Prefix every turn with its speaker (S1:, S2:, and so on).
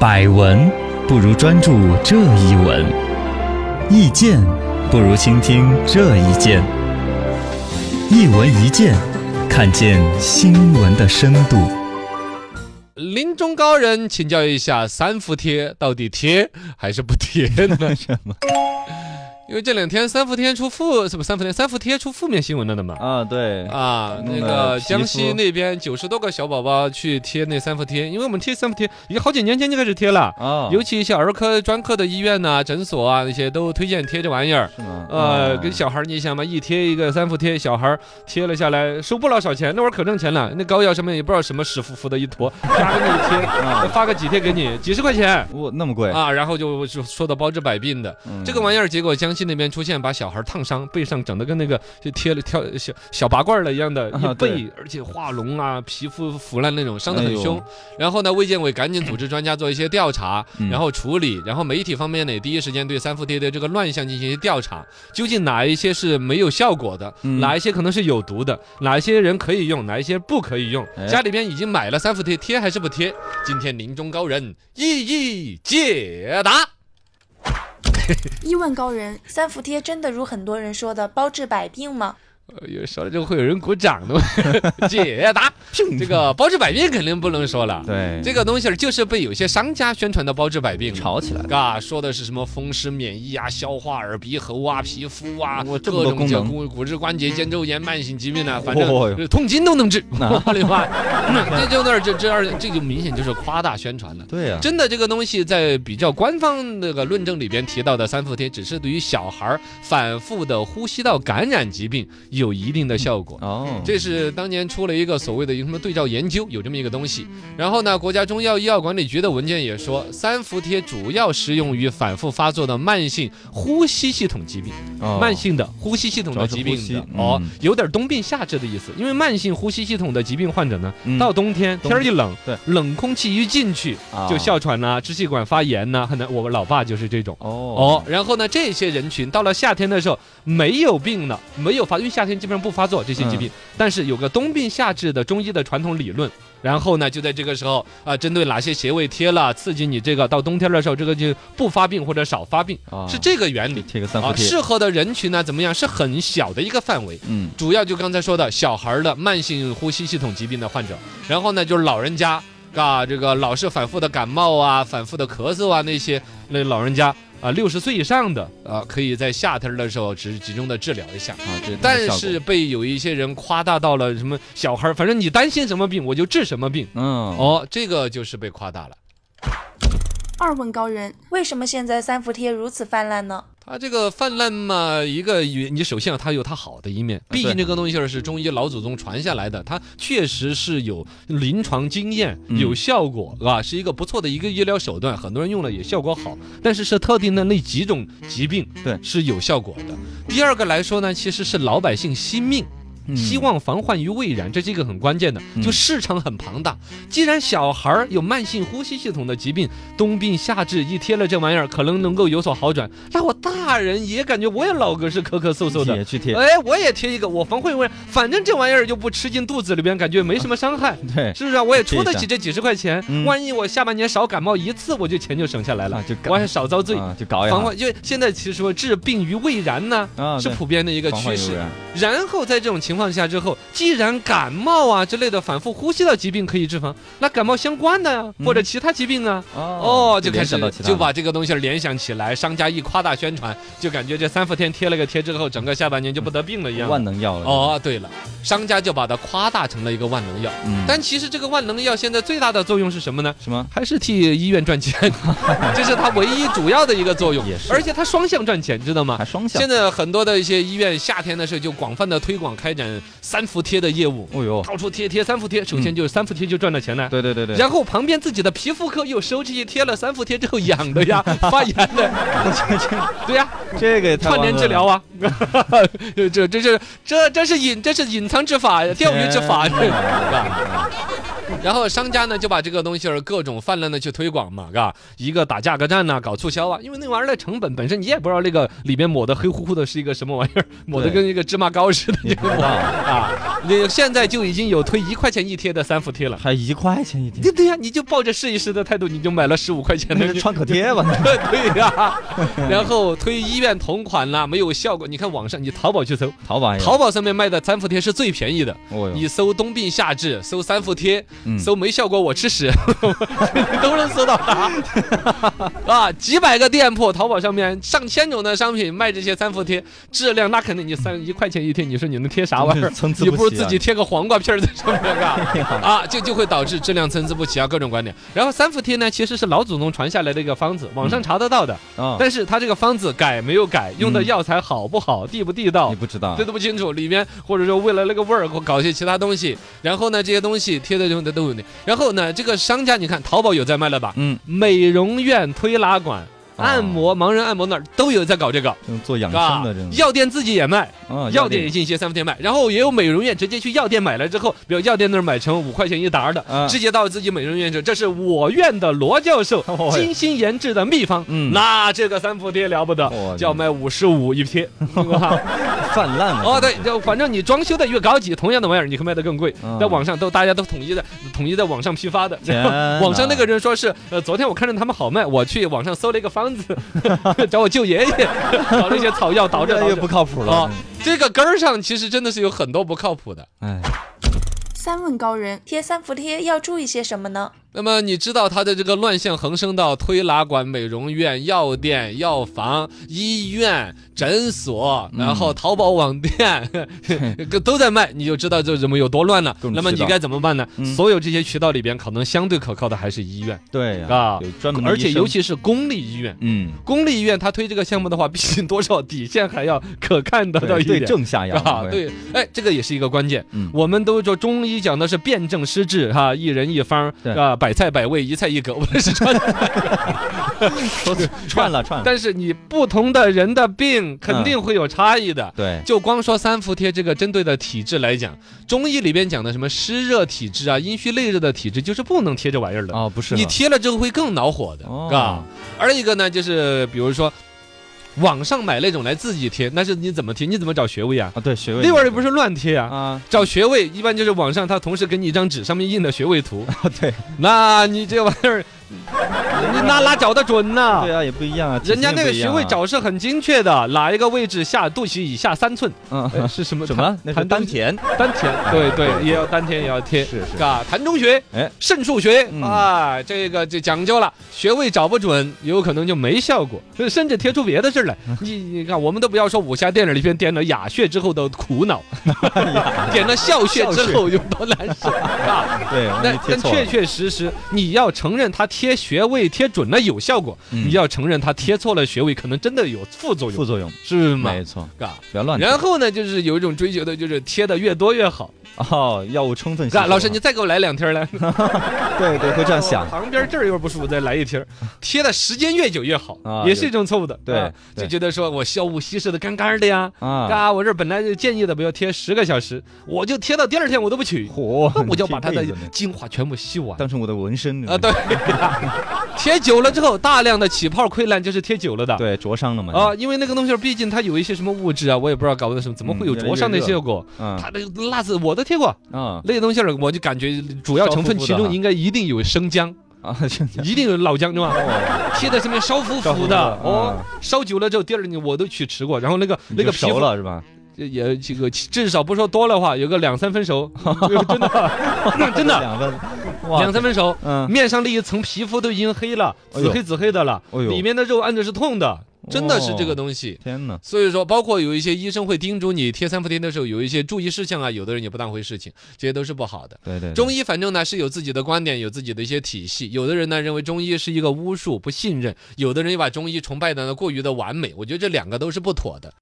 S1: 百闻不如专注这一闻，意见不如倾听这一见。一闻一见，看见新闻的深度。
S2: 临终高人请教一下，三伏贴到底贴还是不贴呢？
S1: 什么
S2: 因为这两天三伏贴出负，是不是三伏贴？三伏贴出负面新闻了的嘛？
S1: 啊？对，
S2: 啊，那
S1: 弄得
S2: 个
S1: 皮
S2: 江西
S1: 肤
S2: 那边九十多个小宝宝去贴那三伏贴，因为我们贴三伏贴已经好几年前就开始贴了，
S1: 啊
S2: 尤其一些儿科专科的医院呐、诊所啊那些都推荐贴这玩意儿。
S1: 是吗
S2: 呃，
S1: 啊
S2: 跟小孩儿，你想嘛，一贴一个三伏贴，小孩儿贴了下来，收不老少钱，那会儿可挣钱了。那膏药上面也不知道什么屎乎乎的一 坨，啪给你一贴，
S1: 啊，
S2: 发个几贴给你，几十块钱
S1: 我那么贵，
S2: 啊，然后就就说的包治百病的。
S1: 嗯
S2: 这个玩意儿，结果江西那边出现把小孩烫伤，背上整的跟那个就贴了跳小小拔罐儿的一样的，
S1: 啊
S2: 一
S1: 对
S2: 背，而且化脓啊，皮肤腐烂那种，伤得很
S1: 哎
S2: 凶
S1: 呦。
S2: 然后呢，卫健委赶紧组织专家做一些调查
S1: 嗯，
S2: 然后处理。然后媒体方面呢，也第一时间对三伏贴的这个乱象进行一些调查，究竟哪一些是没有效果的，
S1: 嗯
S2: 哪一些可能是有毒的，哪一些人可以用，哪一些不可以用
S1: 哎。
S2: 家里边已经买了三伏贴，贴还是不贴？今天临终高人一一解答。
S3: 一问高人，三伏贴真的如很多人说的包治百病吗？
S2: 呃，有少了就会有人鼓掌 的嘛。解答，这个包治百病肯定不能说了。
S1: 对
S2: 这个东西儿就是被有些商家宣传的包治百病，
S1: 吵起来了，
S2: 嘎说的是什么风湿免疫啊、消化、耳鼻喉啊、皮肤啊，
S1: 哇这么多
S2: 各种
S1: 功
S2: 就
S1: 能
S2: 骨骨质关节肩周炎、慢性疾病啊，反
S1: 哦哟
S2: 正痛经都能治。
S1: 啊
S2: 我的妈！这嗯就那儿这这二这就明显就是夸大宣传了。
S1: 对呀，
S2: 真的，这个东西在比较官方那个论证里边提到的三伏贴，只是对于小孩儿反复的呼吸道感染疾病有一定的效果。
S1: 哦，
S2: 这是当年出了一个所谓的一个什么对照研究，有这么一个东西。然后呢，国家中药医药管理局的文件也说，三伏贴主要适用于反复发作的慢性呼吸系统疾病。
S1: 哦
S2: 慢性的呼吸系统的疾病
S1: 主要
S2: 的
S1: 是呼吸
S2: 哦
S1: 嗯，
S2: 有点冬病夏治的意思。因为慢性呼吸系统的疾病患者呢
S1: 嗯，
S2: 到冬天
S1: 冬
S2: 天儿一冷，
S1: 对
S2: 冷空气一进去
S1: 啊
S2: 就哮喘呐、支气管发炎呐，很难。我老爸就是这种。
S1: 哦
S2: 哦，然后呢，这些人群到了夏天的时候没有病了，没有发，因为夏天基本上不发作这
S1: 嗯
S2: 些疾病，但是有个冬病夏治的中医的传统理论。然后呢，就在这个时候啊、针对哪些穴位贴了，刺激你这个到冬天的时候，这个就不发病或者少发病，
S1: 哦
S2: 是这个原理。
S1: 贴个三伏
S2: 啊，
S1: 贴，
S2: 适合的人群呢，怎么样？是很小的一个范围。
S1: 嗯
S2: 主要就刚才说的小孩儿的慢性呼吸系统疾病的患者，然后呢就是老人家，啊，这个老是反复的感冒啊、反复的咳嗽啊那些，那老人家啊，六十岁以上的啊，可以在夏天儿的时候只集中的治疗一下。
S1: 啊，这
S2: 但是被有一些人夸大到了什么小孩儿，反正你担心什么病我就治什么病，
S1: 嗯
S2: 哦，这个就是被夸大了。
S3: 二问高人，为什么现在三伏贴如此泛滥呢？
S2: 它这个泛滥嘛，一个与你首先啊它有它好的一面，
S1: 对
S2: 毕竟这个东西儿是中医老祖宗传下来的，它确实是有临床经验、
S1: 嗯
S2: 有效果啊，是一个不错的一个医疗手段，很多人用了也效果好，但是是特定的那几种疾病
S1: 对
S2: 是有效果的。第二个来说呢，其实是老百姓惜命。希望防患于未然，这是一个很关键的
S1: 嗯。
S2: 就市场很庞大，既然小孩儿有慢性呼吸系统的疾病，冬病夏治一贴了这玩意儿，可能能够有所好转。那我大人也感觉我也老个是咳咳嗽嗽的。
S1: 也去贴，
S2: 哎，我也贴一个，我防患于未然，反正这玩意儿又不吃进肚子里边，感觉没什么伤 害，
S1: 对
S2: 是不是啊？我也
S1: 贴一
S2: 出得
S1: 下
S2: 起这几十块钱
S1: 嗯，
S2: 万一我下半年少感冒一次，我就钱就省下来
S1: 啊
S2: 了，
S1: 就搞
S2: 我还少遭罪。
S1: 啊就搞一下
S2: 防患，因为现在其实说治病于未然呢，
S1: 啊
S2: 是
S1: 对
S2: 普遍的一个
S1: 防
S2: 趋
S1: 患于
S2: 势
S1: 未。然
S2: 然后在这种情况下之后，既然感冒啊之类的反复呼吸道疾病可以预防，那感冒相关的呀、
S1: 嗯
S2: 或者其他疾病啊，哦，就开
S1: 联
S2: 始
S1: 想到其他
S2: 就
S1: 的
S2: 把这个东西儿联想起来，商家一夸大宣传，就感觉这三伏天贴了个贴之后，整个下半年就不得病了一样。
S1: 万能药了，
S2: 哦，对了，商家就把它夸大成了一个万能药，
S1: 嗯，
S2: 但其实这个万能药现在最大的作用是什么呢？
S1: 什么
S2: 还是替医院赚钱， 这是它唯一主要的一个作用
S1: 也，是
S2: 而且它双向赚钱，知道吗
S1: 还？双向
S2: 啊现，在很多的一些医院夏天的时候就广泛的推广开展三伏贴的业务，
S1: 哦哟，
S2: 到处贴贴三伏贴，首
S1: 嗯
S2: 先就是三伏贴就赚了钱了。
S1: 对对对对，
S2: 然后旁边自己的皮肤科又收集贴了三伏贴之后痒的 呀，发炎的，
S1: 这这
S2: 对呀，
S1: 这个也太
S2: 串联治疗
S1: 啊，
S2: 啊，这这这是这这是隐这是隐藏之法，钓鱼之法，
S1: 天
S2: 这嘎。 然后商家呢就把这个东西儿各种泛滥的去推广嘛，嘎，一个打价格战呐、搞促销啊，因为那玩意儿的成本本身你也不知道那个里面抹的黑乎乎的是一个什么玩意儿，抹的
S1: 对
S2: 跟一个芝麻糕似的，
S1: 也不知道
S2: 啊。你现在就已经有推一块钱一贴的三伏贴了。
S4: 还一块钱 一
S2: 对
S4: 天，
S2: 对呀、你就抱着试一试的态度，你就买了十五块钱
S4: 那
S2: 的
S4: 是创可贴吧？
S2: 对呀、然后推医院同款啦，没有效果。你看网上，你淘宝去搜，
S4: 淘宝也有，
S1: 哦
S2: 淘宝上面卖的三伏贴是最便宜的。
S4: 哦哟
S2: 你搜冬病夏治，搜三伏贴，
S4: 嗯
S2: 搜没效果我吃 屎，都能搜到答啊！几百个店铺，淘宝上面上千种的商品卖这些三伏贴，质量那肯定你三一块钱一贴，你说你能贴啥玩意儿
S4: 真是参？差
S2: 你
S4: 不
S2: 不如
S4: 齐啊哎
S2: 自己贴个黄瓜片儿在上面 啊！啊，就就会导致质量参差不齐啊，各种观点。然后三伏贴呢，其实是老祖宗传下来的一个方子，网
S4: 嗯
S2: 上查得到的，
S1: 哦
S4: 啊，
S2: 但是它这个方子改没有改，用的
S4: 嗯
S2: 药材好不好，地不地道
S4: 你，不知
S1: 啊
S4: 道
S2: 哦这，都不清楚，里面或者说为了那个味儿搞些其他东西，然后呢这些东西贴的这种的都有的，然后呢这个商家你看淘宝有在卖了吧？
S4: 嗯，
S2: 美容院、推啊拿馆、按摩、盲人按摩那儿都有在搞这个，
S4: 这种做养
S2: 啊
S4: 生的这种，
S2: 药店自己也卖，
S4: 啊
S2: 药店也进一些三伏贴卖，然后也有美容院直接去药店买了之后，比如药店那儿买成五块钱一沓
S4: 啊
S2: 的，直接到自己美容院去，这是我院的罗教授
S4: 哦哎
S2: 精心研制的秘方，
S4: 嗯
S2: 那这个三伏贴了不得
S4: 哦，
S2: 就要卖五十五一贴。 哇
S4: 泛滥了
S2: 哦，对，就反正你装修的越高级，同样的玩意儿你可以卖的更贵
S4: 嗯，
S2: 在网上都大家都统一的统一在网上批发的。
S4: 天哪
S2: 网上那个人说是，呃，昨天我看着他们好卖，我去网上搜了一个方子， 找我舅爷爷找了一些草药捣
S4: 越
S2: 着
S4: 来
S2: 捣
S4: 越
S2: 着
S4: 不。靠谱了嗯
S2: 啊，，这个根儿上其实真的是有很多不靠谱的。
S4: 哎，
S3: 三问高人，贴三伏贴要注意些什么呢？
S2: 那么你知道它的这个乱象横生到推拿馆、美容院、药店、药房、医院、诊所，
S4: 嗯
S2: 然后淘宝网店、 各都在卖，你就知道这人们有多乱 了。
S4: 更
S2: 那么
S4: 知
S2: 你
S4: 道
S2: 该怎么办呢？
S4: 嗯
S2: 所有这些渠道里边，可能相对可靠的还是医院
S4: 对呀，
S2: 啊
S4: 有专门，的
S2: 而且
S4: 医生
S2: 尤其是公立医院。
S4: 嗯，
S2: 公立医院它推这个项目的话，毕竟多少底线还要可看得到
S4: 对
S2: 一
S4: 对
S2: 点。
S4: 症下药
S2: 啊，，对，哎，这个也是一个关键。
S4: 嗯
S2: 我们都说中医讲的是辨证施治，哈、一人一方，
S4: 对
S2: 啊，百菜百味，一菜一 葛，我这是川菜
S4: 都串了串了，
S2: 但是你不同的人的病肯定会有差异的。
S4: 对，
S2: 就光说三伏贴这个针对的体质来讲，中医里边讲的什么湿热体质啊、阴虚内热的体质，就是不能贴这玩意儿的。
S4: 哦，不是
S2: 你
S4: 了
S2: 贴了之后会更恼火的，
S4: 哦
S2: 啊。而一个呢，就是比如说网上买那种来自己贴，那是你怎么贴？你怎么找穴位啊？
S4: 啊，对，穴位
S2: 那玩意儿
S4: 也
S2: 不是乱贴啊，
S4: 啊，
S2: 找穴位一般就是网上他同时给你一张纸，上面印的穴位 图，
S4: 啊对
S2: 那你这玩意 儿，你哪哪找得准呐、
S4: 对啊，也不一样啊，体
S2: 人家
S4: 型也
S2: 那个
S4: 不一
S2: 穴
S4: 样
S2: 位
S4: 啊，
S2: 找是很精确的，哪一个位置下肚脐以下三寸？哎
S4: 嗯，
S2: 是什么？
S4: 什么？那是
S2: 谭
S4: 丹田，啊
S2: 丹田，对对，也要丹田也要贴，
S4: 是是
S2: 啊，膻中穴，
S4: 哎，
S2: 肾腧穴
S4: 嗯
S2: 啊，这个就讲究了，穴位找不准，有可能就没效果，甚至贴出别的事儿 来。你你看，我们都不要说武侠电影里边点了哑穴之后的苦恼，
S4: 哎
S2: 点了笑穴之后有多难受啊！
S4: 对，我
S2: 但
S4: 没贴
S2: 但
S4: 错
S2: 确
S4: 了，
S2: 确实实，你要承认它贴穴位贴准了有效果，
S4: 嗯
S2: 你要承认它贴错了穴位，可能真的有副作
S4: 副
S2: 用，
S4: 作用，
S2: 是吗
S4: 没？错，
S2: 啊，
S4: 不要乱贴
S2: 然后呢，就是有一种追求的，就是贴的越多越好。
S4: 哦，药物充分吸收
S2: 啊，
S4: 啊。
S2: 老师，你再给我来两贴儿来。
S4: 对对会这样想，
S2: 旁边这儿又不舒服，再来一贴儿。贴的时间越久越好
S4: 啊，
S2: 也是一种错误的。
S4: 对
S2: 啊
S4: 对
S2: 就觉得说我药物稀释的干干的呀。
S4: 啊，
S2: 啊，我这儿本来就建议的，不要贴十个小时，我就贴到第二天我都不取，
S4: 火
S2: 那，我就把它
S4: 这
S2: 的
S4: 辈子呢
S2: 精华全部吸完。
S4: 当成我的纹身
S2: 啊，对 呀贴久了之后，大量的起泡溃烂就是贴久了的。
S4: 对灼伤了嘛
S2: 啊，因为那个东西儿毕竟它有一些什么物质啊，我也不知道搞的什么，怎么会有
S4: 嗯越来越
S2: 灼伤的
S4: 热
S2: 效果？
S4: 嗯
S2: 它那个辣子我都贴过，
S4: 啊
S2: 那个东西儿我就感觉主要成分其中应该一定有生姜，
S4: 啊， 行行
S2: 一定有老姜，对吧？
S4: 哦
S2: 贴在上面烧糊
S4: 烧糊
S2: 糊
S4: 的嗯
S2: 的，哦，烧久了之后，第二天我都去吃过，然后那个
S4: 你
S2: 那
S4: 就
S2: 个皮
S4: 熟
S2: 肤
S4: 了是吧？
S2: 也这个至少不说多的话，有个两三分 熟，真的 真的
S4: 两分，哇
S2: 两，三分熟，
S4: 嗯，
S2: 面上那一层皮肤都已经黑了，
S4: 哎呦
S2: 紫黑紫黑的了，
S4: 哎呦
S2: 里面的肉按着是痛的，真的是这个东西。
S4: 天哪，
S2: 所以说，包括有一些医生会叮嘱你贴三伏贴的时候有一些注意事项啊，有的人也不当回事情，这些都是不好的。
S4: 对对，对
S2: 中医反正呢是有自己的观点，有自己的一些体系。有的人呢认为中医是一个巫术，不信任；有的人又把中医崇拜的呢过于的完美。我觉得这两个都是不妥的。